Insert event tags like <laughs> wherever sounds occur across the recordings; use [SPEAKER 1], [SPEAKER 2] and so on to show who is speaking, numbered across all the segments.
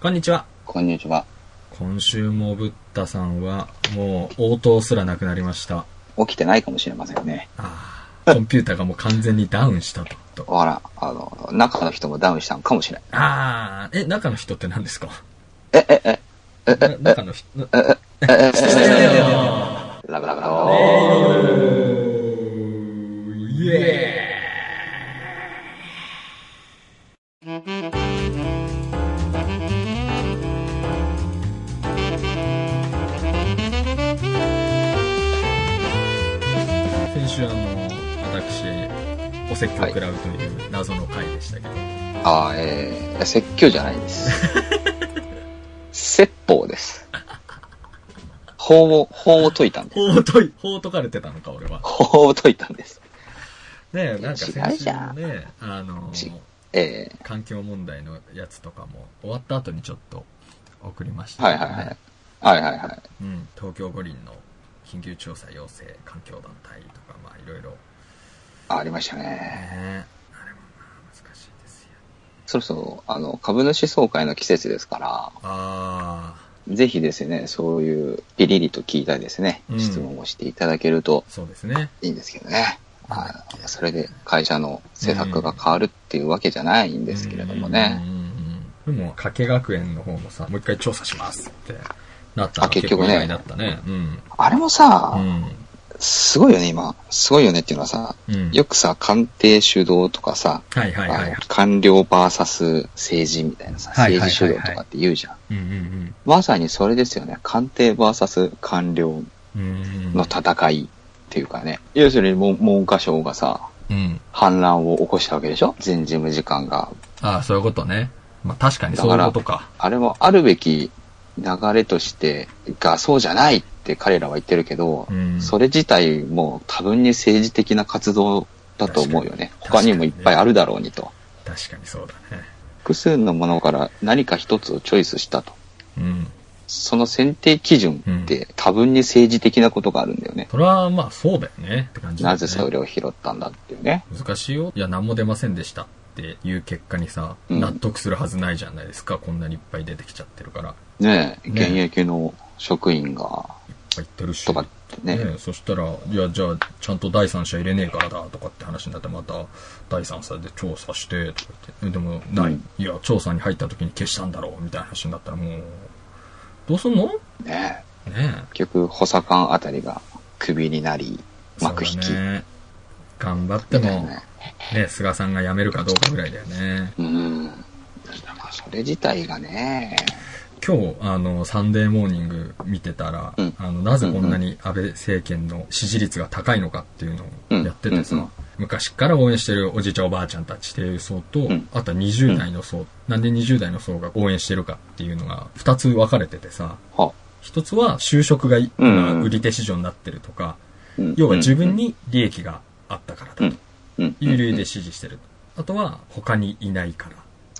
[SPEAKER 1] こんにちは。
[SPEAKER 2] こんにちは。
[SPEAKER 1] 今週もブッダさんは、もう応答すらなくなりました。
[SPEAKER 2] 起きてないかもしれませんね。
[SPEAKER 1] あーコンピューターがもう完全にダウンしたと。と
[SPEAKER 2] あら、あの、中の人もダウンしたんかもしれない。
[SPEAKER 1] あー、え、中の人って何ですか
[SPEAKER 2] え、え、え、
[SPEAKER 1] な中の人、な
[SPEAKER 2] ラブラブラブ。
[SPEAKER 1] イエーイ先週あの私お説教食らうという謎の回でした <laughs> けど、
[SPEAKER 2] ああ、えー、説教じゃないです。説法です。法を、法を解いたんです。
[SPEAKER 1] ほうといほうとかれてたのか俺は
[SPEAKER 2] 法を解いたんです。
[SPEAKER 1] ねえなんか先
[SPEAKER 2] 違う
[SPEAKER 1] 週
[SPEAKER 2] じ
[SPEAKER 1] の
[SPEAKER 2] ゃん
[SPEAKER 1] ねあの
[SPEAKER 2] ちえ
[SPEAKER 1] 環境問題のやつとかも終わった後にちょっと送りまし
[SPEAKER 2] ー、
[SPEAKER 1] た
[SPEAKER 2] はい
[SPEAKER 1] けど
[SPEAKER 2] は
[SPEAKER 1] ね
[SPEAKER 2] いはい。はいはいはい。
[SPEAKER 1] うん、東京五輪の緊急調査要請環境団体とかまあいろいろね
[SPEAKER 2] あありましたね。
[SPEAKER 1] あれもまあ難しいですよ
[SPEAKER 2] そろそろ、あの、株主総会の季節ですか
[SPEAKER 1] ああ
[SPEAKER 2] ら、ぜひですね、そういうピリリと聞いたですね
[SPEAKER 1] う、ん
[SPEAKER 2] 質問をしていただけると、
[SPEAKER 1] そうですね
[SPEAKER 2] いいんですけどね。
[SPEAKER 1] なんだ
[SPEAKER 2] あーそれで会社の政策が変わるっていうわけじゃないんですけれどもね。
[SPEAKER 1] うんうんうんでも加計学園の方もさもう一回調査しますってなったの
[SPEAKER 2] あ結局
[SPEAKER 1] 結
[SPEAKER 2] ね
[SPEAKER 1] 構意外だったねうん
[SPEAKER 2] あれも
[SPEAKER 1] う
[SPEAKER 2] さ、
[SPEAKER 1] ん
[SPEAKER 2] すごいよね、今。すごいよねっていうのはさ、
[SPEAKER 1] うん
[SPEAKER 2] よくさ、官邸主導とかさ、
[SPEAKER 1] はいはいはい
[SPEAKER 2] あの官僚バーサス政治みたいなさ、
[SPEAKER 1] はいはい
[SPEAKER 2] 政
[SPEAKER 1] はい
[SPEAKER 2] 治主導とかって言うじゃん。
[SPEAKER 1] うんうん
[SPEAKER 2] まさにそれですよね。官邸バーサス官僚
[SPEAKER 1] うんうん
[SPEAKER 2] の戦いっていうかね。要するに文文科省がさ、
[SPEAKER 1] うん
[SPEAKER 2] 反乱を起こしたわけでしょ全事務次官が
[SPEAKER 1] ああそういうことねまあ確かにそういうことか
[SPEAKER 2] あれはあるべき流れとしてがそうじゃないって彼らは言ってるけど、
[SPEAKER 1] うん
[SPEAKER 2] それ自体もう多分に政治的な活動だと思うよね。
[SPEAKER 1] 確か
[SPEAKER 2] 他
[SPEAKER 1] に
[SPEAKER 2] にもいっぱいあるだろうにと。
[SPEAKER 1] 確かにそうだね
[SPEAKER 2] 複数のものから何か一つをチョイスしたと。
[SPEAKER 1] うん
[SPEAKER 2] その選定基準って多分に政治的なことがあるんだよね。
[SPEAKER 1] それはまあそうだよねって感じだよ
[SPEAKER 2] な
[SPEAKER 1] ね
[SPEAKER 2] ぜそれを拾ったんだっていうね。
[SPEAKER 1] 難しいよいや何も出ませんでしたっていう結果にさ、
[SPEAKER 2] うん
[SPEAKER 1] 納得するはずないじゃないですかこんなにいっぱい出てきちゃってるからいっ
[SPEAKER 2] ねえ、
[SPEAKER 1] ね
[SPEAKER 2] 現役の職員が、
[SPEAKER 1] ぱい言ってるし
[SPEAKER 2] とかってね。
[SPEAKER 1] ねそしたらいやじゃあちゃんと第三者入れねえからだとかって話になってまた第三者で調査してとか言ってでもない、
[SPEAKER 2] うん
[SPEAKER 1] いや調査に入った時に消したんだろうみたいな話になったらもうどうすんのね
[SPEAKER 2] ねえ
[SPEAKER 1] え
[SPEAKER 2] 結局補佐官あたりがクビになり、幕引き。
[SPEAKER 1] そうだね頑張って
[SPEAKER 2] みたい
[SPEAKER 1] も
[SPEAKER 2] なね
[SPEAKER 1] ね菅さんが辞めるかどうかぐらいだよね
[SPEAKER 2] うん。まあそれ自体がね、
[SPEAKER 1] 今日あの「サンデーモーニング」見てたら、
[SPEAKER 2] うん
[SPEAKER 1] あのなぜこんなに安倍政権の支持率が高いのかっていうのをやっててさ、
[SPEAKER 2] うんうんうん
[SPEAKER 1] 昔から応援してるおじいちゃんおばあちゃんたちっていう層と、
[SPEAKER 2] ん
[SPEAKER 1] あとは20代の層、なんで20代の層が応援してるかっていうのが2つ分かれててさ
[SPEAKER 2] は、
[SPEAKER 1] 一つは就職が今
[SPEAKER 2] うんうん
[SPEAKER 1] 売り手市場になってるとか、
[SPEAKER 2] うん
[SPEAKER 1] 要は自分、に利益があったからだと
[SPEAKER 2] うん
[SPEAKER 1] いう理由で支持してる、あとは他にいないから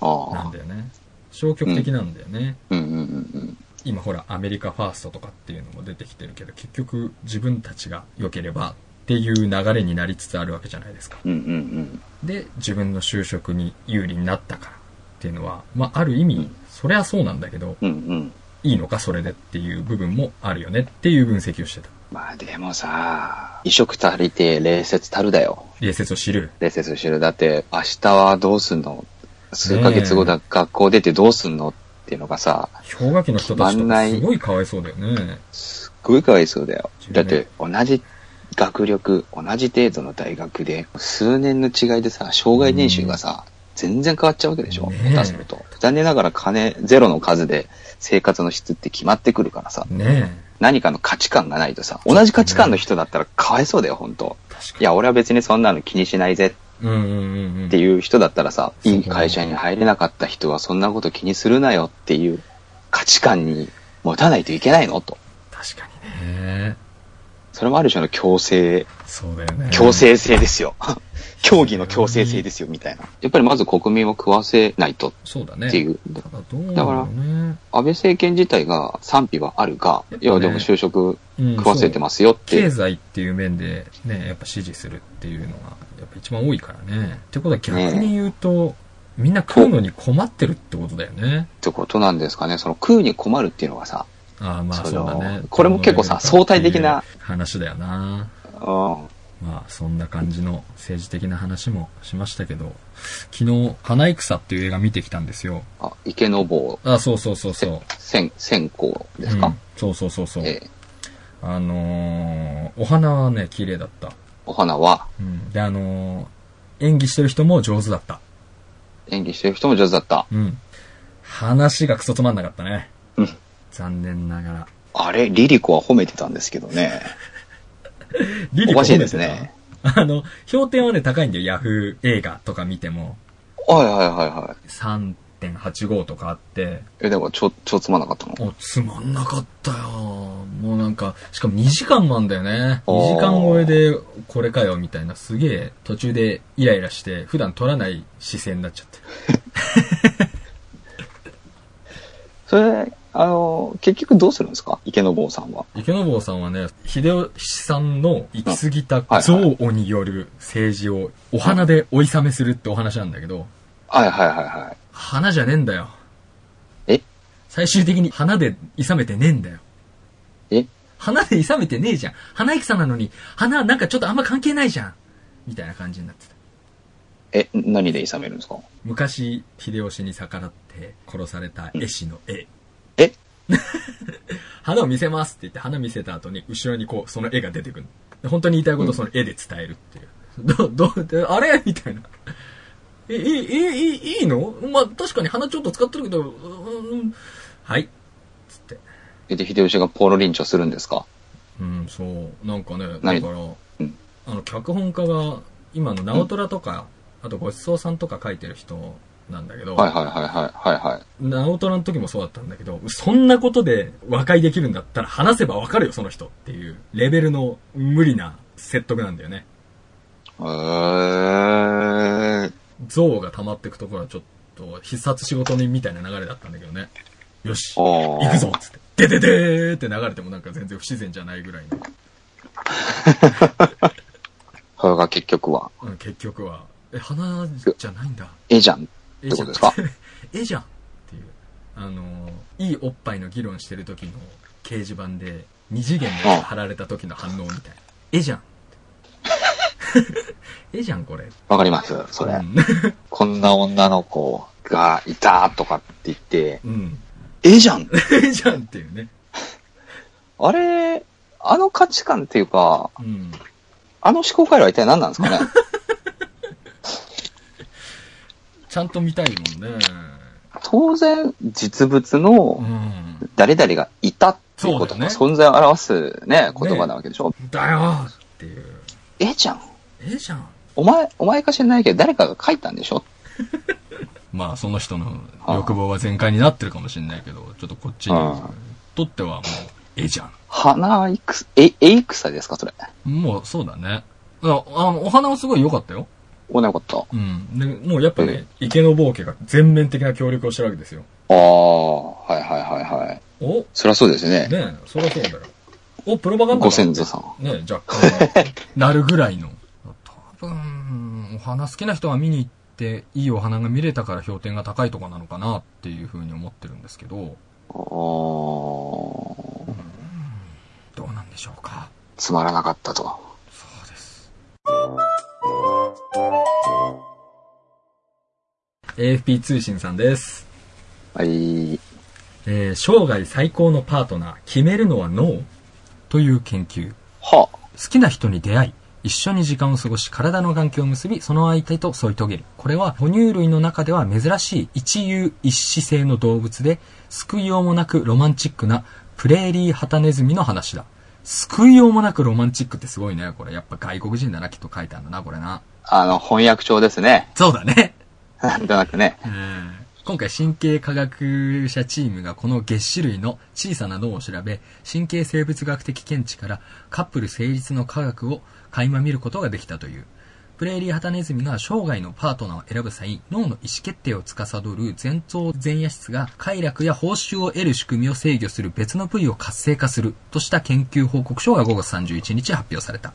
[SPEAKER 1] なん
[SPEAKER 2] ああ
[SPEAKER 1] だよね消極的なんだよね、
[SPEAKER 2] うんうんうん
[SPEAKER 1] 今ほらアメリカファーストとかっていうのも出てきてるけど結局自分たちが良ければっていう流れになりつつあるわけじゃないですか
[SPEAKER 2] うん。うんうん
[SPEAKER 1] で自分の就職に有利になったからっていうのは、まあ、ある意味、そりゃそうなんだけど
[SPEAKER 2] うん。うんうん。
[SPEAKER 1] いいのかそれでっていう部分もあるよねっていう分析をしてた
[SPEAKER 2] まあでもさ、衣食足りて礼節たるだよ。
[SPEAKER 1] 礼節を知る
[SPEAKER 2] 礼節知る。だって、明日はどうすんの数ヶ月後だ、学校出てどうすんのっていうのがさ、
[SPEAKER 1] 氷河期の人たちと
[SPEAKER 2] 万
[SPEAKER 1] か
[SPEAKER 2] 来
[SPEAKER 1] すごいかわいそうだよね
[SPEAKER 2] すっごいかわいそうだよ。だっ
[SPEAKER 1] ね
[SPEAKER 2] て、同じ学力、同じ程度の大学で、数年の違いでさ、障害年収がさ、全然変わっちゃうわけでしょ、
[SPEAKER 1] ねえ
[SPEAKER 2] 出すると。残念ながら金、ゼロの数で生活の質って決まってくるからさ、
[SPEAKER 1] ね
[SPEAKER 2] 何かの価値観がないとさ、同じ価値観の人だったらかわいそうだよ、本当
[SPEAKER 1] え確か
[SPEAKER 2] いや、俺は別にそんなの気にしないぜ
[SPEAKER 1] にうんうんうんうん
[SPEAKER 2] っていう人だったらさ、
[SPEAKER 1] うん
[SPEAKER 2] いい会社に入れなかった人はそんなこと気にするなよっていう価値観に持たないといけないのと。
[SPEAKER 1] 確かにね
[SPEAKER 2] それもある種の強制
[SPEAKER 1] そうだよね
[SPEAKER 2] 強制性ですよ。競技の強制性ですよ、みたいな。やっぱりまず国民を食わせないと
[SPEAKER 1] そうだね
[SPEAKER 2] っていう。
[SPEAKER 1] ただどうなんだろうね
[SPEAKER 2] 安倍政権自体が賛否はあるが、いや、でも就職
[SPEAKER 1] うん
[SPEAKER 2] 食わせてますよって。
[SPEAKER 1] 経済っていう面でね、やっぱ支持するっていうのが、やっぱ一番多いからね。ってことは逆に言うと、みんな食うのに困ってるってことだよね。
[SPEAKER 2] てことなんですかね。その食うに困るっていうのがさ、
[SPEAKER 1] ああ、まあ
[SPEAKER 2] そ
[SPEAKER 1] そううだね。
[SPEAKER 2] これも結構さ
[SPEAKER 1] どう思えるかっていう
[SPEAKER 2] 相対的な
[SPEAKER 1] 話だよな。
[SPEAKER 2] うん。
[SPEAKER 1] まあそんな感じの政治的な話もしましたけど、昨日、花戦っていう映画見てきたんですよ。
[SPEAKER 2] あ、池の坊、
[SPEAKER 1] あ、そうそうそうそう。
[SPEAKER 2] 線、線香ですか、
[SPEAKER 1] うんそうそうそうそう。
[SPEAKER 2] ええ
[SPEAKER 1] あのーお花はね、綺麗だった。
[SPEAKER 2] お花は
[SPEAKER 1] うん。で、あのー演技してる人も上手だった。
[SPEAKER 2] 演技してる人も上手だった。
[SPEAKER 1] うん。話がクソつまんなかったね。
[SPEAKER 2] うん。
[SPEAKER 1] 残念ながら。
[SPEAKER 2] あれ、リリコは褒めてたんですけどね。
[SPEAKER 1] リ
[SPEAKER 2] お
[SPEAKER 1] コ
[SPEAKER 2] かしい
[SPEAKER 1] 褒め
[SPEAKER 2] で
[SPEAKER 1] てた
[SPEAKER 2] すね。
[SPEAKER 1] あの、評点はね、高いんだよ。ヤフー映画とか見ても。
[SPEAKER 2] はいはいはいはい。
[SPEAKER 1] 3.85とかあって、
[SPEAKER 2] え、でも、ちょ、ちょつまんなかったの
[SPEAKER 1] お、つまんなかったよ。もうなんか、しかも2時間もあんだよね。
[SPEAKER 2] あー
[SPEAKER 1] 2時間超えで、これかよ、みたいな。すげえ、途中でイライラして、普段撮らない視線になっちゃって。
[SPEAKER 2] それ、あの、結局どうするんですか池の坊さんは。
[SPEAKER 1] 池坊さんはね、秀吉さんの行き過ぎた
[SPEAKER 2] はい
[SPEAKER 1] 憎悪による政治をお花で追いめするってお話なんだけど、
[SPEAKER 2] はいはいはいはい。
[SPEAKER 1] 花じゃねえんだよ。
[SPEAKER 2] え
[SPEAKER 1] 最終的に花でいめてねえんだよ。
[SPEAKER 2] え
[SPEAKER 1] 花でいめてねえじゃん。花戦なのに、花なんかちょっとあんま関係ないじゃん。みたいな感じになってた。
[SPEAKER 2] え、何で諌めるんですか
[SPEAKER 1] 昔、秀吉に逆らって殺された絵師の絵。
[SPEAKER 2] え
[SPEAKER 1] <laughs> 花を見せますって言って花見せた後に後ろにこうその絵が出てくるで本当に言いたいことをその絵で伝えるっていう、どどうであれみたいなえいいいいいいいいのまあ確かに花ちょっと使ってるけどうんはいつって
[SPEAKER 2] え、で、秀吉がポールリンチをするんですか
[SPEAKER 1] うんそうなんかねだから、
[SPEAKER 2] 何うん
[SPEAKER 1] あの脚本家が今の直虎とか、あとごちそうさんとか書いてる人なんだけど、
[SPEAKER 2] はいはいはいはいはいはい。
[SPEAKER 1] 直虎の時もそうだったんだけど、そんなことで和解できるんだったら話せばわかるよ、その人っていうレベルの無理な説得なんだよね。
[SPEAKER 2] えー、
[SPEAKER 1] 憎悪が溜まっていくところはちょっと必殺仕事人みたいな流れだったんだけどね。よし、行
[SPEAKER 2] お
[SPEAKER 1] くぞっつって。でででーって流れてもなんか全然不自然じゃないぐらいの。
[SPEAKER 2] それが結局は、
[SPEAKER 1] うん結局は、え、花じゃないんだ。
[SPEAKER 2] えじゃん。
[SPEAKER 1] え
[SPEAKER 2] ってことですか
[SPEAKER 1] <laughs> えじゃんっていう。あのー、いいおっぱいの議論してる時の掲示板で、二次元で貼られた時の反応みたいな。えじゃん <laughs> えじゃんこれ。
[SPEAKER 2] わかりますそれ。
[SPEAKER 1] うん。
[SPEAKER 2] こんな女の子がいたとかって言って、
[SPEAKER 1] うん。 <laughs>
[SPEAKER 2] えじゃん
[SPEAKER 1] えじゃんっていうね。
[SPEAKER 2] あれ、あの価値観っていうか、
[SPEAKER 1] うん。
[SPEAKER 2] あの思考回路は一体何なんですか <laughs> ね
[SPEAKER 1] ちゃんと見たいもんね。
[SPEAKER 2] 当然、実物の
[SPEAKER 1] うん。
[SPEAKER 2] 誰々がいたっていうこと
[SPEAKER 1] そうだ
[SPEAKER 2] が
[SPEAKER 1] ね
[SPEAKER 2] 存在を表すね、言葉なわけでしょ、
[SPEAKER 1] だよーっていう。
[SPEAKER 2] えじゃん
[SPEAKER 1] えじゃん
[SPEAKER 2] お前、お前か知らないけど誰かが書いたんでしょ
[SPEAKER 1] まあ、その人の欲望は全開になってるかもしれないけど、ちょっとこっちに
[SPEAKER 2] うん
[SPEAKER 1] とってはもう、えじゃん。
[SPEAKER 2] 花いくえ、えいくさですかそれ。
[SPEAKER 1] もう、そうだね。ああの、お花はすごい良かったよ。
[SPEAKER 2] おなかった。あ
[SPEAKER 1] うん。で、もうやっぱね、池の暴家が全面的な協力をしてるわけですよ。
[SPEAKER 2] あー、はいはいはいはい。
[SPEAKER 1] おね
[SPEAKER 2] そりゃそうですね。
[SPEAKER 1] え、そりゃそうだよ。お、プロパガンダ
[SPEAKER 2] ご
[SPEAKER 1] だって
[SPEAKER 2] 先祖さん。
[SPEAKER 1] ねえ、若干、なるぐらいの。多分、お花好きな人は見に行って、いいお花が見れたから評点が高いとかなのかなっていうふうに思ってるんですけど、
[SPEAKER 2] あー
[SPEAKER 1] どうなんでしょうか。
[SPEAKER 2] つまらなかったと。
[SPEAKER 1] そうです。AFP 通信さんです。
[SPEAKER 2] はい。
[SPEAKER 1] えー生涯最高のパートナー決めるのは脳という研究
[SPEAKER 2] はあ。
[SPEAKER 1] 好きな人に出会い一緒に時間を過ごし体の関係を結びその相手と添い遂げるこれは哺乳類の中では珍しい一遊一死性の動物で救いようもなくロマンチックなプレーリーハタネズミの話だ救いようもなくロマンチックってすごいねこれやっぱ外国人だなきっと書いたんだなこれな
[SPEAKER 2] あの、翻訳帳ですね。 <laughs>
[SPEAKER 1] そうだね
[SPEAKER 2] なんとなくね。
[SPEAKER 1] 今回神経科学者チームがこの月種類の小さな脳を調べ神経生物学的見地からカップル成立の科学を垣間見ることができたというプレーリーハタネズミが生涯のパートナーを選ぶ際脳の意思決定を司る前頭前野室が快楽や報酬を得る仕組みを制御する別の部位を活性化するとした研究報告書が5月31日発表された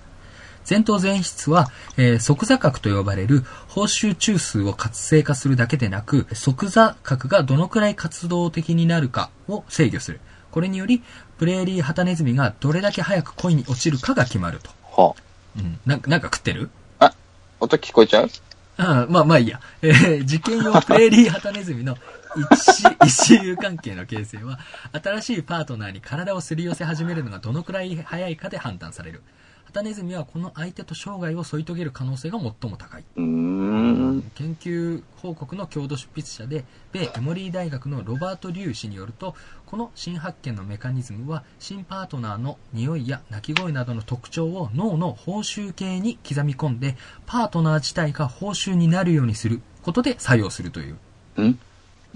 [SPEAKER 1] 前頭前室は、えー即座角と呼ばれる報酬中枢を活性化するだけでなく、即座角がどのくらい活動的になるかを制御する。これにより、プレーリーハタネズミがどれだけ早く恋に落ちるかが決まると。
[SPEAKER 2] は
[SPEAKER 1] うん。なんかなんか食ってる
[SPEAKER 2] あ。あ、音聞こえちゃう
[SPEAKER 1] ああまあまあいいや。えー、事件用プレーリーハタネズミの一種一種関係の形成は、新しいパートナーに体をすり寄せ始めるのがどのくらい早いかで判断される。ハタネズミはこの相手と生涯を添い遂げる可能性が最も高い。
[SPEAKER 2] うーん。
[SPEAKER 1] 研究報告の共同執筆者で、米エモリー大学のロバート・リュウ氏によると、この新発見のメカニズムは、新パートナーの匂いや鳴き声などの特徴を脳の報酬系に刻み込んで、パートナー自体が報酬になるようにすることで作用するという。
[SPEAKER 2] んど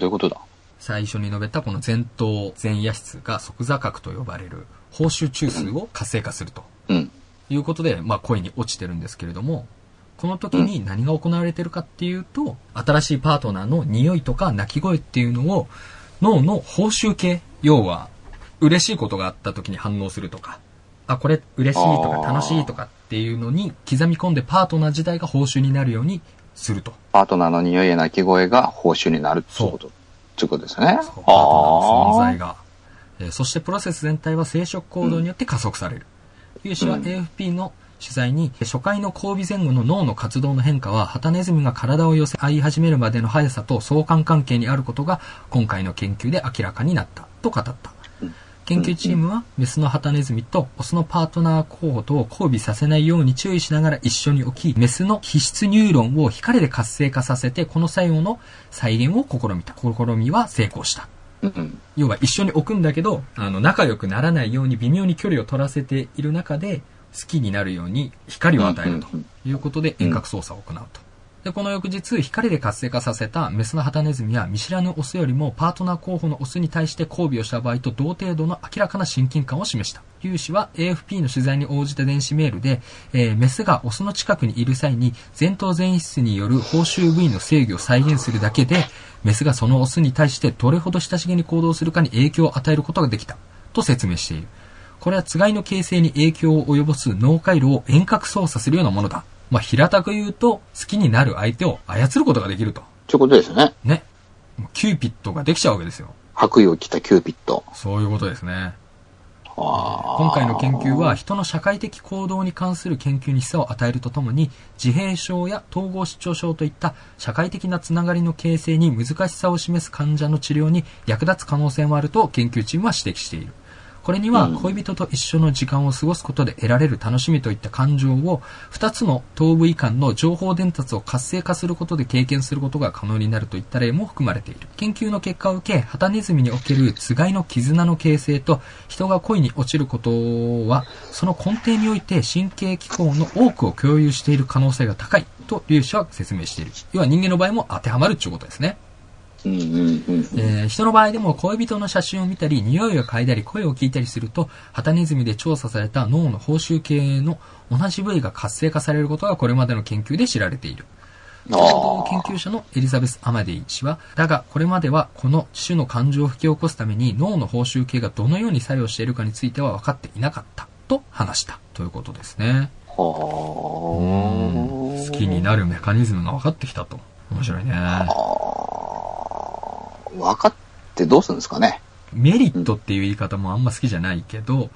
[SPEAKER 2] ういうことだ
[SPEAKER 1] 最初に述べたこの前頭前野室が即座角と呼ばれる報酬中枢を活性化すると。
[SPEAKER 2] うん。
[SPEAKER 1] ということで、まあ、恋に落ちてるんですけれども、この時に何が行われてるかっていうと、新しいパートナーの匂いとか鳴き声っていうのを、脳の報酬系、要は、嬉しいことがあった時に反応するとか、あ、これ嬉しいと
[SPEAKER 2] あ
[SPEAKER 1] か
[SPEAKER 2] ー
[SPEAKER 1] 楽しいとかっていうのに刻み込んでパートナー自体が報酬になるようにすると。
[SPEAKER 2] パートナーの匂いや鳴き声が報酬になるってこと。ってことですね。ああ
[SPEAKER 1] パートナーの存在が。えーそしてプロセス全体は生殖行動によって加速される。有志は
[SPEAKER 2] うん
[SPEAKER 1] AFP の取材に、初回の交尾前後の脳の活動の変化は、ハタネズミが体を寄せ合い始めるまでの速さと相関関係にあることが、今回の研究で明らかになった、と語った
[SPEAKER 2] うん。
[SPEAKER 1] 研究チームは、メスのハタネズミとオスのパートナー候補とを交尾させないように注意しながら一緒に置き、メスの皮質ニューロンを光で活性化させて、この作用の再現を試みた。試みは成功した。
[SPEAKER 2] うん。
[SPEAKER 1] 要は一緒に置くんだけど、あの、仲良くならないように微妙に距離を取らせている中で、好きになるように光を与えると
[SPEAKER 2] うんうん
[SPEAKER 1] いうことで遠隔操作を行うと。で、この翌日、光で活性化させたメスのハタネズミは見知らぬオスよりもパートナー候補のオスに対して交尾をした場合と同程度の明らかな親近感を示した。有志は AFP の取材に応じた電子メールで、えーメスがオスの近くにいる際に前頭前室による報酬部位の制御を再現するだけで、メスがそのオスに対してどれほど親しげに行動するかに影響を与えることができた。と説明している。これはつがいの形成に影響を及ぼす脳回路を遠隔操作するようなものだ。まあ、平たく言うと、好きになる相手を操ることができると。
[SPEAKER 2] ってことですね。
[SPEAKER 1] ね。もうキューピットができちゃうわけですよ。
[SPEAKER 2] 白衣を着たキューピット。
[SPEAKER 1] そういうことですね。
[SPEAKER 2] あ
[SPEAKER 1] 今回の研究は人の社会的行動に関する研究に示唆を与えるとともに自閉症や統合失調症といった社会的なつながりの形成に難しさを示す患者の治療に役立つ可能性もあると研究チームは指摘しているこれには
[SPEAKER 2] うん
[SPEAKER 1] 恋人と一緒の時間を過ごすことで得られる楽しみといった感情を2つの頭部位間の情報伝達を活性化することで経験することが可能になるといった例も含まれている研究の結果を受けハタネズミにおけるつがいの絆の形成と人が恋に落ちることはその根底において神経機構の多くを共有している可能性が高いと粒子は説明している要は人間の場合も当てはまるっていうことですね
[SPEAKER 2] うんうんうんうん。
[SPEAKER 1] えー人の場合でも恋人の写真を見たり、匂いを嗅いだり、声を聞いたりすると、ハタネズミで調査された脳の報酬系の同じ部位が活性化されることがこれまでの研究で知られている。
[SPEAKER 2] あ
[SPEAKER 1] 行動研究者のエリザベス・アマディ氏は、だがこれまではこの種の感情を引き起こすために脳の報酬系がどのように作用しているかについては分かっていなかったと話したということですね。
[SPEAKER 2] あ。は
[SPEAKER 1] 好きになるメカニズムが分かってきたと。面白いね。
[SPEAKER 2] あ。分かってどうするんですかね。
[SPEAKER 1] メリットっていう言い方もあんま好きじゃないけど、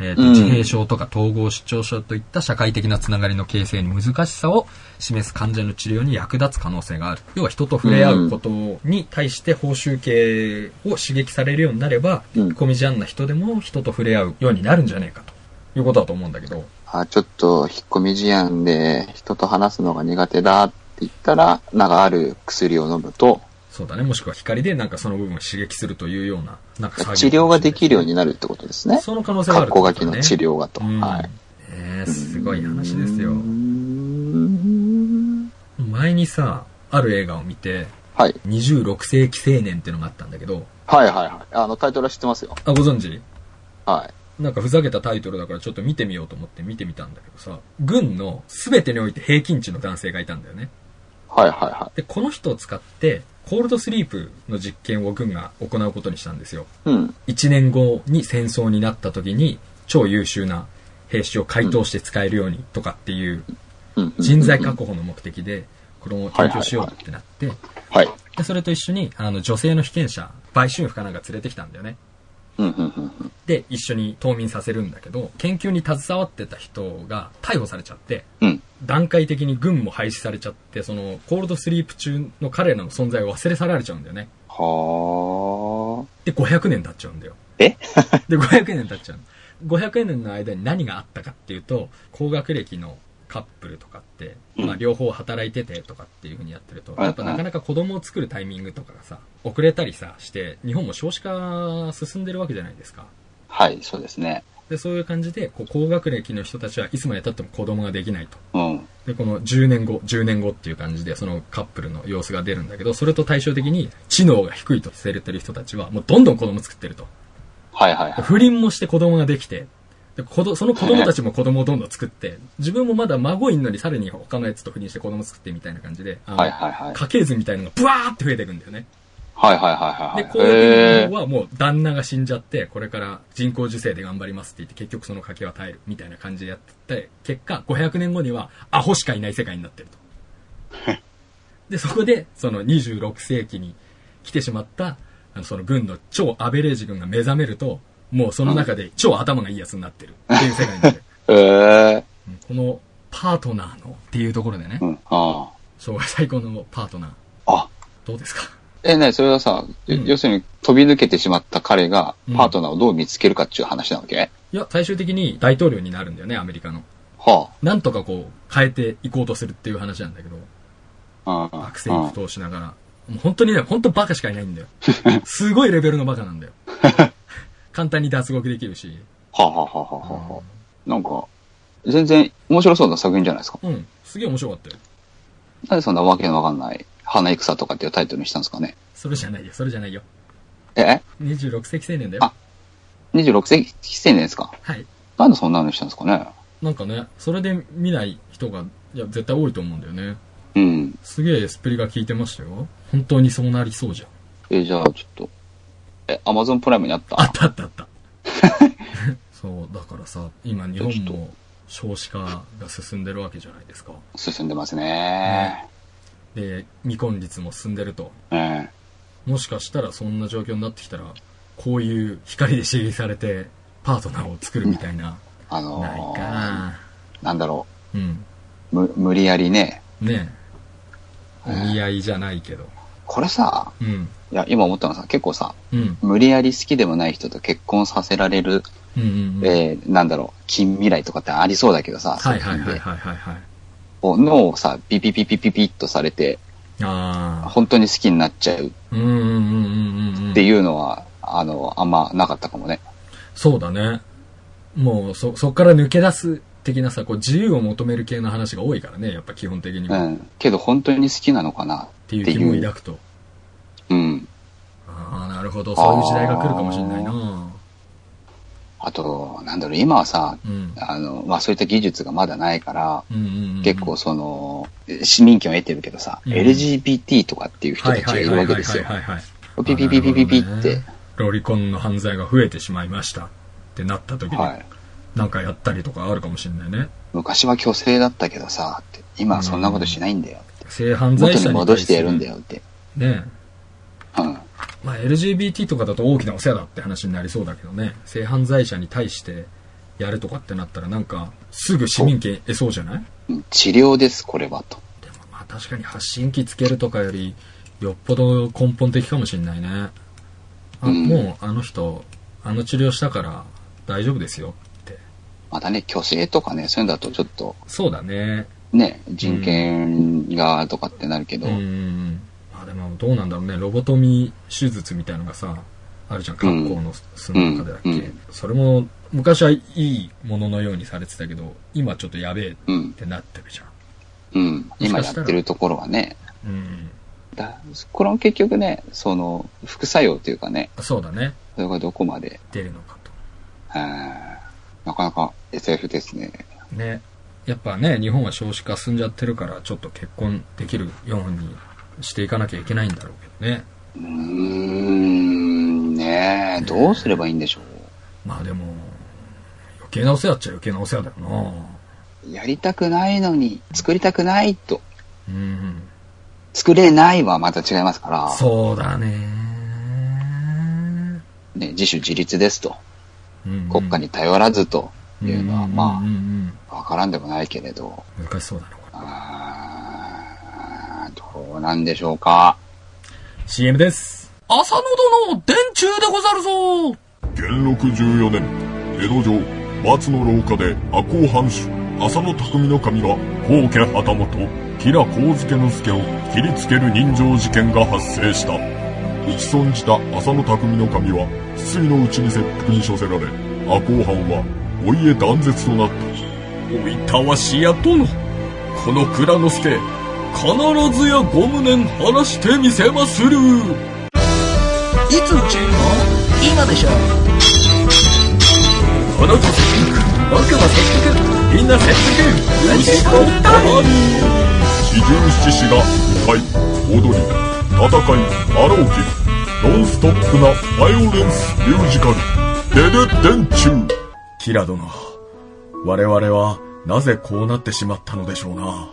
[SPEAKER 1] えーと
[SPEAKER 2] うん
[SPEAKER 1] 自閉症とか統合失調症といった社会的なつながりの形成に難しさを示す患者の治療に役立つ可能性がある。要は人と触れ合うことに対して報酬系を刺激されるようになれば、
[SPEAKER 2] うん
[SPEAKER 1] コミジャンな人でも人と触れ合うようになるんじゃねえかということだと思うんだけど、
[SPEAKER 2] あちょっと引っ込み思案で人と話すのが苦手だって言ったら、なんかある薬を飲むと、
[SPEAKER 1] そうだね。もしくは光でなんかその部分を刺激するというような、なんか作業
[SPEAKER 2] 治療ができるようになるってことですね。
[SPEAKER 1] その可能性はある
[SPEAKER 2] 格
[SPEAKER 1] ってこと
[SPEAKER 2] 好書
[SPEAKER 1] だね。
[SPEAKER 2] きの治療がと。
[SPEAKER 1] うん
[SPEAKER 2] はい。
[SPEAKER 1] ねえすごい話ですよ
[SPEAKER 2] うー。ん
[SPEAKER 1] 前にさ、ある映画を見て、
[SPEAKER 2] はい。
[SPEAKER 1] 26世紀青年ってのがあったんだけど、
[SPEAKER 2] はいはいはい。あの、タイトルは知ってますよ。
[SPEAKER 1] あ、ご存知
[SPEAKER 2] はい。
[SPEAKER 1] なんかふざけたタイトルだからちょっと見てみようと思って見てみたんだけどさ、軍の全てにおいて平均値の男性がいたんだよね。
[SPEAKER 2] はいはいは
[SPEAKER 1] で、この人を使って、コールドスリープの実験を軍が行うことにしたんですよ。
[SPEAKER 2] い。うん。
[SPEAKER 1] 1年後に戦争になった時に超優秀な兵士を解凍して使えるようにとかっていう
[SPEAKER 2] うんうんうんうん
[SPEAKER 1] 人材確保の目的で、これを提供しようってなって、
[SPEAKER 2] はい。
[SPEAKER 1] で、それと一緒に、あの、女性の被験者、売春婦かなんか連れてきたんだよね。
[SPEAKER 2] うんうんうんうん。
[SPEAKER 1] で、一緒に冬眠させるんだけど、研究に携わってた人が逮捕されちゃって、
[SPEAKER 2] うん。
[SPEAKER 1] 段階的に軍も廃止されちゃって、その、コールドスリープ中の彼らの存在を忘れ去られちゃうんだよね。
[SPEAKER 2] は
[SPEAKER 1] で、500年経っちゃうんだよ。
[SPEAKER 2] あ。え <laughs>
[SPEAKER 1] で、500年経っちゃうの。500年の間に何があったかっていうと、高学歴のカップルとかって、まあ
[SPEAKER 2] うん
[SPEAKER 1] 両方働いててとかっていう風にやってると、
[SPEAKER 2] い
[SPEAKER 1] やっぱなかなか子供を作るタイミングとかがさ、遅れたりさ、して、日本も少子化進んでるわけじゃないですか。
[SPEAKER 2] はい、そうですね。
[SPEAKER 1] で、そういう感じで、こう高学歴の人たちはいつまで経っても子供ができないと。
[SPEAKER 2] うん。
[SPEAKER 1] で、この10年後、10年後っていう感じで、そのカップルの様子が出るんだけど、それと対照的に、知能が低いとされてる人たちは、もうどんどん子供作ってると。
[SPEAKER 2] はいはいはい。
[SPEAKER 1] 不倫もして子供ができて、で子どその子供たちも子供をどんどん作って、自分もまだ孫いんのにさらに他のやつと不倫して子供作ってみたいな感じで、あの
[SPEAKER 2] はいはいはい。
[SPEAKER 1] 家系図みたいなのがブワーって増えていくんだよね。
[SPEAKER 2] はいはいはいは
[SPEAKER 1] で、
[SPEAKER 2] い。
[SPEAKER 1] こう
[SPEAKER 2] へ
[SPEAKER 1] い
[SPEAKER 2] ー
[SPEAKER 1] うのはもう旦那が死んじゃって、これから人工授精で頑張りますって言って、結局その家系は耐えるみたいな感じでやってて、結果500年後にはアホしかいない世界になってると。
[SPEAKER 2] <laughs>
[SPEAKER 1] で、そこで、その26世紀に来てしまった、あのその軍の超アベレージ軍が目覚めると、もうその中で超頭がいいやつになってるっていう世界に
[SPEAKER 2] <laughs>
[SPEAKER 1] なる。
[SPEAKER 2] え
[SPEAKER 1] うんこのパートナーのっていうところでね
[SPEAKER 2] ー。う、ん。あ
[SPEAKER 1] 生涯最高のパートナー、
[SPEAKER 2] あ。あ、
[SPEAKER 1] どうですか
[SPEAKER 2] え、ね、それはさ、
[SPEAKER 1] うん
[SPEAKER 2] 要するに飛び抜けてしまった彼が
[SPEAKER 1] うん
[SPEAKER 2] パートナーをどう見つけるかっていう話なわけ、
[SPEAKER 1] いや、最終的に大統領になるんだよね、アメリカの。
[SPEAKER 2] は
[SPEAKER 1] なんとかこう、変えていこうとするっていう話なんだけど、
[SPEAKER 2] あ。うん
[SPEAKER 1] 悪戦苦闘しながら。もう本当にね、本当バカしかいないんだよ。すごいレベルのバカなんだよ。 <laughs> 簡単に脱獄できるし。
[SPEAKER 2] はあはあはあはあはあ。なんか、全然面白そうな作品じゃないですか。
[SPEAKER 1] うん。すげえ面白かったよ。
[SPEAKER 2] なんでそんなわけのわかんない、花戦とかっていうタイトルにしたんですかね。
[SPEAKER 1] それじゃないよ、それじゃないよ。
[SPEAKER 2] え
[SPEAKER 1] 26世紀青年だよ
[SPEAKER 2] あ。?26 世紀青年ですか
[SPEAKER 1] はい。
[SPEAKER 2] なんでそんなのにしたんですかね
[SPEAKER 1] なんかね、それで見ない人が、いや、絶対多いと思うんだよね。
[SPEAKER 2] うん。
[SPEAKER 1] すげえスプリが効いてましたよ。本当にそうなりそうじゃん。
[SPEAKER 2] え、じゃあちょっと、え、アマゾンプライムにあった
[SPEAKER 1] あったあったあった。そう、だからさ、今日本
[SPEAKER 2] ちょっ
[SPEAKER 1] も少子化が進んでるわけじゃないですか。
[SPEAKER 2] 進んでますね。
[SPEAKER 1] で、未婚率も進んでると。
[SPEAKER 2] ええ
[SPEAKER 1] もしかしたらそんな状況になってきたら、こういう光で刺激されて、パートナーを作るみたいな。
[SPEAKER 2] あ
[SPEAKER 1] ない
[SPEAKER 2] のー、
[SPEAKER 1] か
[SPEAKER 2] なんだろ
[SPEAKER 1] うん。
[SPEAKER 2] う、む無理やりね、
[SPEAKER 1] ねえ。お見合いじゃないけど。
[SPEAKER 2] これさ、
[SPEAKER 1] うん。
[SPEAKER 2] いや、今思ったのはさ、結構さ、
[SPEAKER 1] うん。
[SPEAKER 2] 無理やり好きでもない人と結婚させられる、
[SPEAKER 1] うんうんうん。
[SPEAKER 2] えー、なんだろう、近未来とかってありそうだけどさ、
[SPEAKER 1] はいはいはい
[SPEAKER 2] で
[SPEAKER 1] はいはいはい。
[SPEAKER 2] こう脳をさ、ピピピピピピッとされて、
[SPEAKER 1] あ
[SPEAKER 2] 本当に好きになっちゃうっ
[SPEAKER 1] あ。うんうんうんうんうんうん。
[SPEAKER 2] ていうのは、あの、あんまなかったかもね。
[SPEAKER 1] そうだね。もう、そ、そっから抜け出す的なさ、こう、自由を求める系の話が多いからね、やっぱ基本的に
[SPEAKER 2] う
[SPEAKER 1] は。っ
[SPEAKER 2] ん。けど本当に好きなのかなって
[SPEAKER 1] いう気も抱くと。
[SPEAKER 2] うん。
[SPEAKER 1] ああ、なるほど。そういう時代が来るかもしれないな
[SPEAKER 2] ああと、なんだろう、今はさ、
[SPEAKER 1] うん。
[SPEAKER 2] あの、まあ、そういった技術がまだないから、
[SPEAKER 1] うんうんうん。
[SPEAKER 2] 結構その、市民権を得てるけどさ、
[SPEAKER 1] うん
[SPEAKER 2] LGBT とかっていう人
[SPEAKER 1] は
[SPEAKER 2] た
[SPEAKER 1] い
[SPEAKER 2] ちが
[SPEAKER 1] はいい
[SPEAKER 2] る
[SPEAKER 1] は
[SPEAKER 2] わ
[SPEAKER 1] い
[SPEAKER 2] け
[SPEAKER 1] はい
[SPEAKER 2] です
[SPEAKER 1] はい
[SPEAKER 2] よ。
[SPEAKER 1] はいはい。
[SPEAKER 2] ピピピピピピっ
[SPEAKER 1] なるほど
[SPEAKER 2] て
[SPEAKER 1] ね。ロリコンの犯罪が増えてしまいましたってなった時に、
[SPEAKER 2] はい。
[SPEAKER 1] なんかやったりとかあるかもしれないね。
[SPEAKER 2] 昔は虚勢だったけどさ、って今はそんなことしないんだよって。
[SPEAKER 1] 性犯罪者に
[SPEAKER 2] 元に
[SPEAKER 1] 対する
[SPEAKER 2] 戻してやるんだよって。
[SPEAKER 1] ね
[SPEAKER 2] うん。
[SPEAKER 1] まあ LGBT とかだと大きなお世話だって話になりそうだけどね。性犯罪者に対してやるとかってなったらなんか、すぐ市民権得そうじゃない
[SPEAKER 2] うん治療です、これは、と。
[SPEAKER 1] でもまあ確かに発信機つけるとかより、よっぽど根本的かもしれないね。あ、
[SPEAKER 2] うん
[SPEAKER 1] もうあの人、あの治療したから大丈夫ですよって。
[SPEAKER 2] またね、虚勢とかね、そういうのだとちょっと、
[SPEAKER 1] そうだね。
[SPEAKER 2] ね、人権がとかってなるけど、
[SPEAKER 1] うんうんうん。まあでもどうなんだろうね。ロボトミー手術みたいのがさ、あるじゃん。
[SPEAKER 2] うん
[SPEAKER 1] 格好のすの中でだっけ、
[SPEAKER 2] うん
[SPEAKER 1] それも昔はいいもののようにされてたけど、今ちょっとやべえっ
[SPEAKER 2] うん、
[SPEAKER 1] てなってるじゃん。
[SPEAKER 2] うん。今
[SPEAKER 1] もしか
[SPEAKER 2] や
[SPEAKER 1] し
[SPEAKER 2] った
[SPEAKER 1] ら
[SPEAKER 2] てるところはね、
[SPEAKER 1] うん。
[SPEAKER 2] だこれも結局ね、その、副作用というかね、
[SPEAKER 1] そうだね。
[SPEAKER 2] それがどこまで、
[SPEAKER 1] 出るのかと。
[SPEAKER 2] うんなかなか SF ですね。
[SPEAKER 1] ね。やっぱね、日本は少子化進んじゃってるから、ちょっと結婚できるようにしていかなきゃいけないんだろうけどね。
[SPEAKER 2] うーん、ねえどうすればいいんでしょう。
[SPEAKER 1] まあでも、よ余計なお世話っちゃ余計なお世話だよな
[SPEAKER 2] やりたくないのに、作りたくないと。
[SPEAKER 1] うん。
[SPEAKER 2] 作れないはまた違いますから、
[SPEAKER 1] そうだね。
[SPEAKER 2] ね、自主自立ですと。
[SPEAKER 1] うんうん
[SPEAKER 2] 国家に頼らずというのは、
[SPEAKER 1] ん
[SPEAKER 2] ま
[SPEAKER 1] うんうん
[SPEAKER 2] あ、わからんでもないけれど、
[SPEAKER 1] うん難しそうだな、これ。
[SPEAKER 2] あーどうなんでしょうか。
[SPEAKER 1] CM です。浅野殿、電柱でござるぞ
[SPEAKER 3] 元禄14年江戸城松の廊下で赤穂藩主浅野匠の神が高家旗本吉良上野介を切りつける人情事件が発生した打ち損じた浅野匠の神は失意のうちに切腹に処せられ赤穂藩はお家断絶となった
[SPEAKER 4] おいたわしや殿この蔵之介必ずやご無念晴らしてみせまするいつ打ちの今でしょあなた切腹僕は切腹みんな切腹何しておったの
[SPEAKER 3] 四十七士が歌い踊り戦いあろうきノンストップなバイオレンスミュージカル「デデ電柱」
[SPEAKER 4] キラ殿我々はなぜこうなってしまったのでしょうな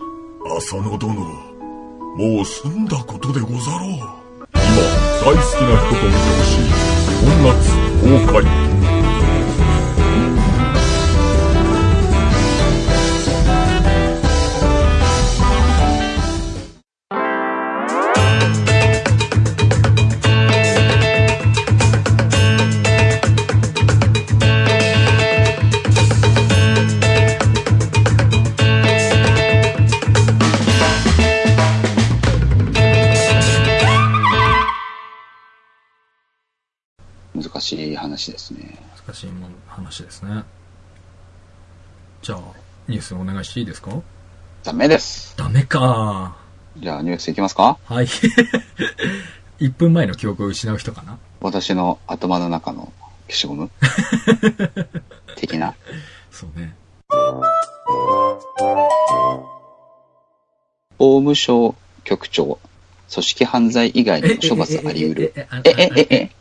[SPEAKER 3] 浅野殿、もう済んだことでござろう。今、大好きな人と見てほしい。本夏崩壊。
[SPEAKER 2] 難しい話ですね。
[SPEAKER 1] 難しいもん話ですね。じゃあ、ニュースお願いしていいですか
[SPEAKER 2] ダメです。
[SPEAKER 1] ダメか
[SPEAKER 2] じゃあニュースいきますか
[SPEAKER 1] はい。1分前の記憶を失う人かな
[SPEAKER 2] 私の頭の中の消しゴム的な。
[SPEAKER 1] そうね。
[SPEAKER 2] 法務省局長、組織犯罪以外 <laughs> にも処罰あり得る。
[SPEAKER 1] え、
[SPEAKER 2] え、え、え、え、
[SPEAKER 1] え、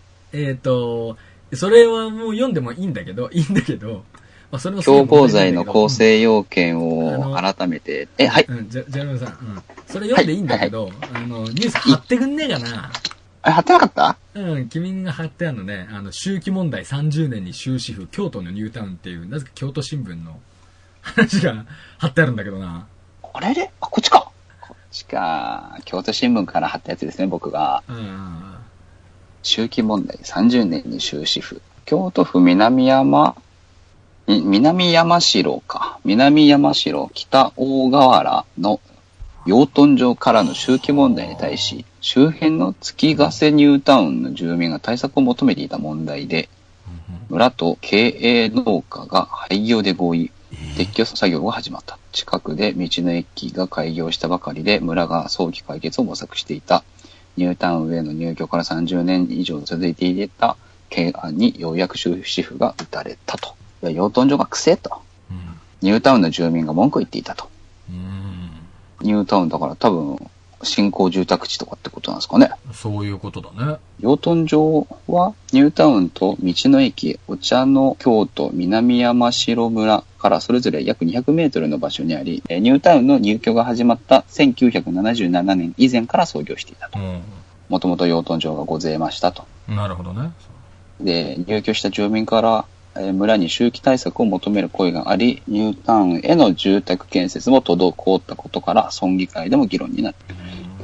[SPEAKER 1] えっと、それはもう読んでもいいんだけど、いいんだけど、まあそれもすごい
[SPEAKER 2] 強
[SPEAKER 1] 問題な
[SPEAKER 2] 行罪
[SPEAKER 1] んだ
[SPEAKER 2] の
[SPEAKER 1] けど
[SPEAKER 2] 構成要件を
[SPEAKER 1] あの
[SPEAKER 2] 改めて、え、はい、
[SPEAKER 1] うん、じゃ、じゃるさん、うん。それ読んでいいんだけど、あの、ニュース貼ってくんねえかな。
[SPEAKER 2] あ貼ってなかった
[SPEAKER 1] うん、君が貼ってあるのね、あの、周期問題30年に終止符、京都のニュータウンっていう、なぜか京都新聞の話が貼ってあるんだけどな。
[SPEAKER 2] あれれあ、こっちか。こっちか。京都新聞から貼ったやつですね、僕が。
[SPEAKER 1] うんうんうん。
[SPEAKER 2] 周期問題30年に終止符。京都府南山、ん南山城か。南山城北大河原の養豚場からの周期問題に対し、周辺の月ヶ瀬ニュータウンの住民が対策を求めていた問題で、村と経営農家が廃業で合意、撤去作業が始まった。近くで道の駅が開業したばかりで、村が早期解決を模索していた。ニュータウンへの入居から30年以上続いていた懸案にようやく終止符が打たれたと。いや養豚場がくせえと。
[SPEAKER 1] うん。
[SPEAKER 2] ニュータウンの住民が文句を言っていたと。
[SPEAKER 1] うん。
[SPEAKER 2] ニュータウンだから多分、新興住宅地とかってことなんですかね。
[SPEAKER 1] そういうことだね。
[SPEAKER 2] 養豚場はニュータウンと道の駅、お茶の京都、南山城村からそれぞれ約200メートルの場所にあり、えーニュータウンの入居が始まった1977年以前から創業していたと。
[SPEAKER 1] う
[SPEAKER 2] もともと養豚場がございましたと。
[SPEAKER 1] ん。なるほど
[SPEAKER 2] <laughs>
[SPEAKER 1] ね。
[SPEAKER 2] で、入居した住民から、えー村に周期対策を求める声があり、ニュータウンへの住宅建設も滞ったことから、村議会でも議論になった。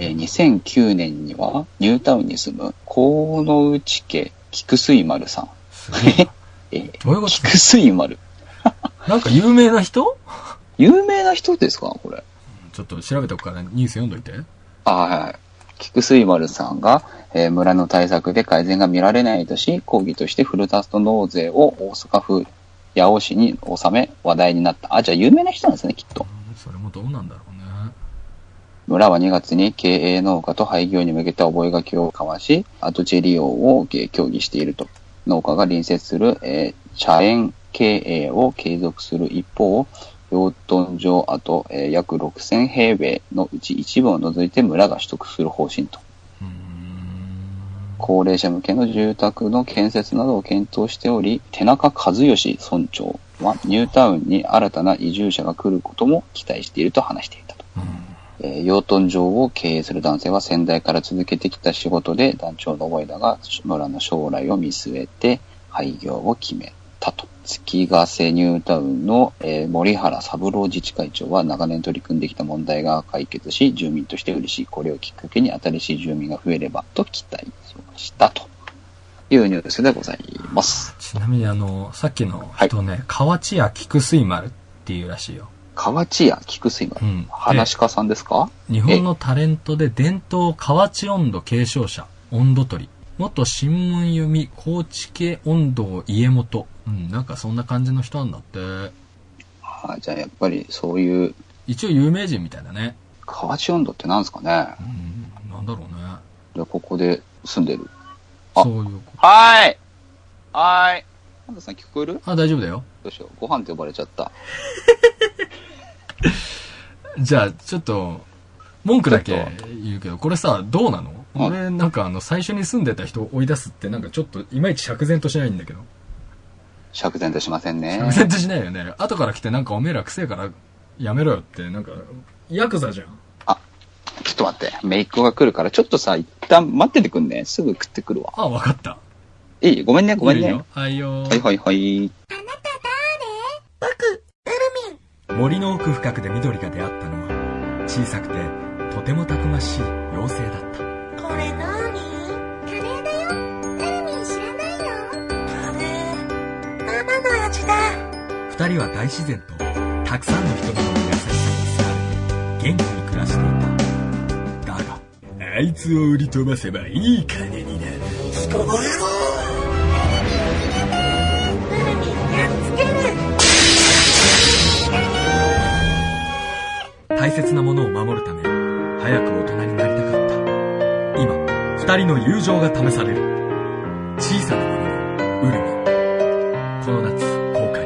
[SPEAKER 2] えー2009年には、ニュータウンに住む、河野内家菊水丸さん。
[SPEAKER 1] すげえな。
[SPEAKER 2] えー
[SPEAKER 1] どういうこ
[SPEAKER 2] 菊水丸。
[SPEAKER 1] となんか有名な人
[SPEAKER 2] 有名な人ですかこれ。
[SPEAKER 1] ちょっと調べておくからニュース読んどいて。
[SPEAKER 2] あはいはい。菊水丸さんが、えー村の対策で改善が見られないとし、抗議としてふるさと納税を大阪府八尾市に納め話題になった。あ、じゃあ有名な人なんですね、きっと。
[SPEAKER 1] それもどうなんだろうね。
[SPEAKER 2] 村は2月に経営農家と廃業に向けた覚書を交わし、跡地利用をえー協議していると。農家が隣接する、えー茶園経営を継続する一方、養豚場跡、えー約6000平米のうち一部を除いて村が取得する方針と。
[SPEAKER 1] うーん。
[SPEAKER 2] 高齢者向けの住宅の建設などを検討しており、手中和義村長、はニュータウンに新たな移住者が来ることも期待していると話していたと。えー養豚場を経営する男性は先代から続けてきた仕事で団長の覚えだが村の将来を見据えて廃業を決めたと。月ヶ瀬ニュータウンの、えー森原三郎自治会長は長年取り組んできた問題が解決し、住民として嬉しい。これをきっかけに新しい住民が増えればと期待しましたというニュースでございます。
[SPEAKER 1] ちなみにあの、さっきの人ね、河内屋菊水丸っていうらしいよ。
[SPEAKER 2] 河内屋菊水の
[SPEAKER 1] うん
[SPEAKER 2] 話家さんですか、
[SPEAKER 1] 日本のタレントで伝統河内温度継承者、温度取り。元新聞読み、高知系温度家元。うん、なんかそんな感じの人なんだって。
[SPEAKER 2] あじゃあやっぱりそういう
[SPEAKER 1] 一応有名人みたいだね。
[SPEAKER 2] 河内温度ってなんですかね
[SPEAKER 1] うん、なんだろうね。
[SPEAKER 2] じゃあここで住んでる。あ
[SPEAKER 1] そういうこ
[SPEAKER 2] はーいはーい安藤さん聞こえる
[SPEAKER 1] と。あ、大丈夫だよ。
[SPEAKER 2] どうしよう。ご飯って呼ばれちゃった。
[SPEAKER 1] じゃあ、ちょっと、文句だ
[SPEAKER 2] ちょっ
[SPEAKER 1] け言うけど、これさ、どうなの
[SPEAKER 2] うん
[SPEAKER 1] 俺、なんかあの、最初に住んでた人を追い出すって、なんかちょっと、いまいち釈然としないんだけど。
[SPEAKER 2] 釈然としませんね
[SPEAKER 1] 釈。然としないよね。後から来て、なんかおめえら癖から、やめろよって、なんか、ヤクザじゃん。
[SPEAKER 2] ちょっと待って。めいっ子が来るから、ちょっとさ、一旦待っててくんね。すぐ食ってくるわ。
[SPEAKER 1] あ、わかった。
[SPEAKER 2] いいごめんね、ごめん
[SPEAKER 1] いい
[SPEAKER 2] ね。
[SPEAKER 1] よはいよ
[SPEAKER 2] はいはいはい。
[SPEAKER 1] 森の奥深くで緑が出会ったのは、小さくて、とてもたくましい妖精だった。
[SPEAKER 5] これなーにカレーだよエルミン知らないのカレーママの味だ
[SPEAKER 1] 二人は大自然とたくさんの人々の優しさに救われ元気に暮らしていただがあいつを売り飛ばせばいい金になる
[SPEAKER 5] エルミンやっつける
[SPEAKER 1] 大切なものを守るため早く大人になりたかった今二人の友情が試される小さなものウルミこの夏公開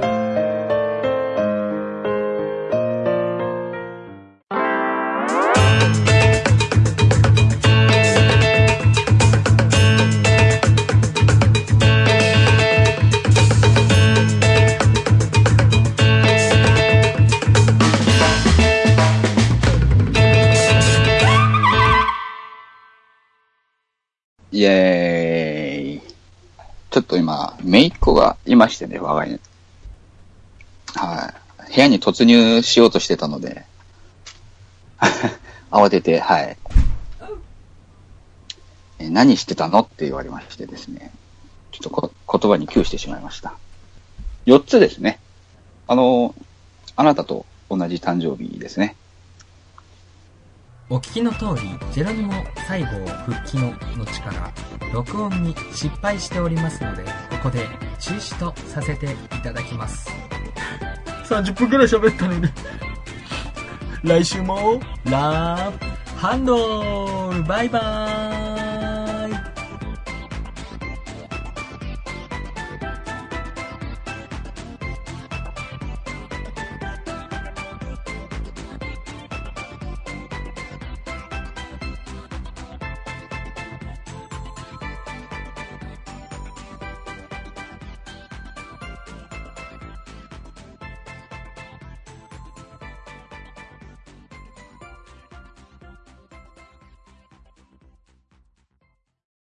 [SPEAKER 2] イエーイ。ちょっと今、めいっ子がいましてね、我が家に。はい。部屋に突入しようとしてたので、 <laughs> 慌てて、はい。え何してたのって言われましてですね。ちょっとこ言葉に窮してしまいました。4つですね。あの、あなたと同じ誕生日ですね。
[SPEAKER 6] お聞きの通り、ジェロニモ西郷復帰の後から、録音に失敗しておりますので、ここで中止とさせていただきます。
[SPEAKER 1] 30分くらい喋ったのに来週もラブハンドルバイバーイ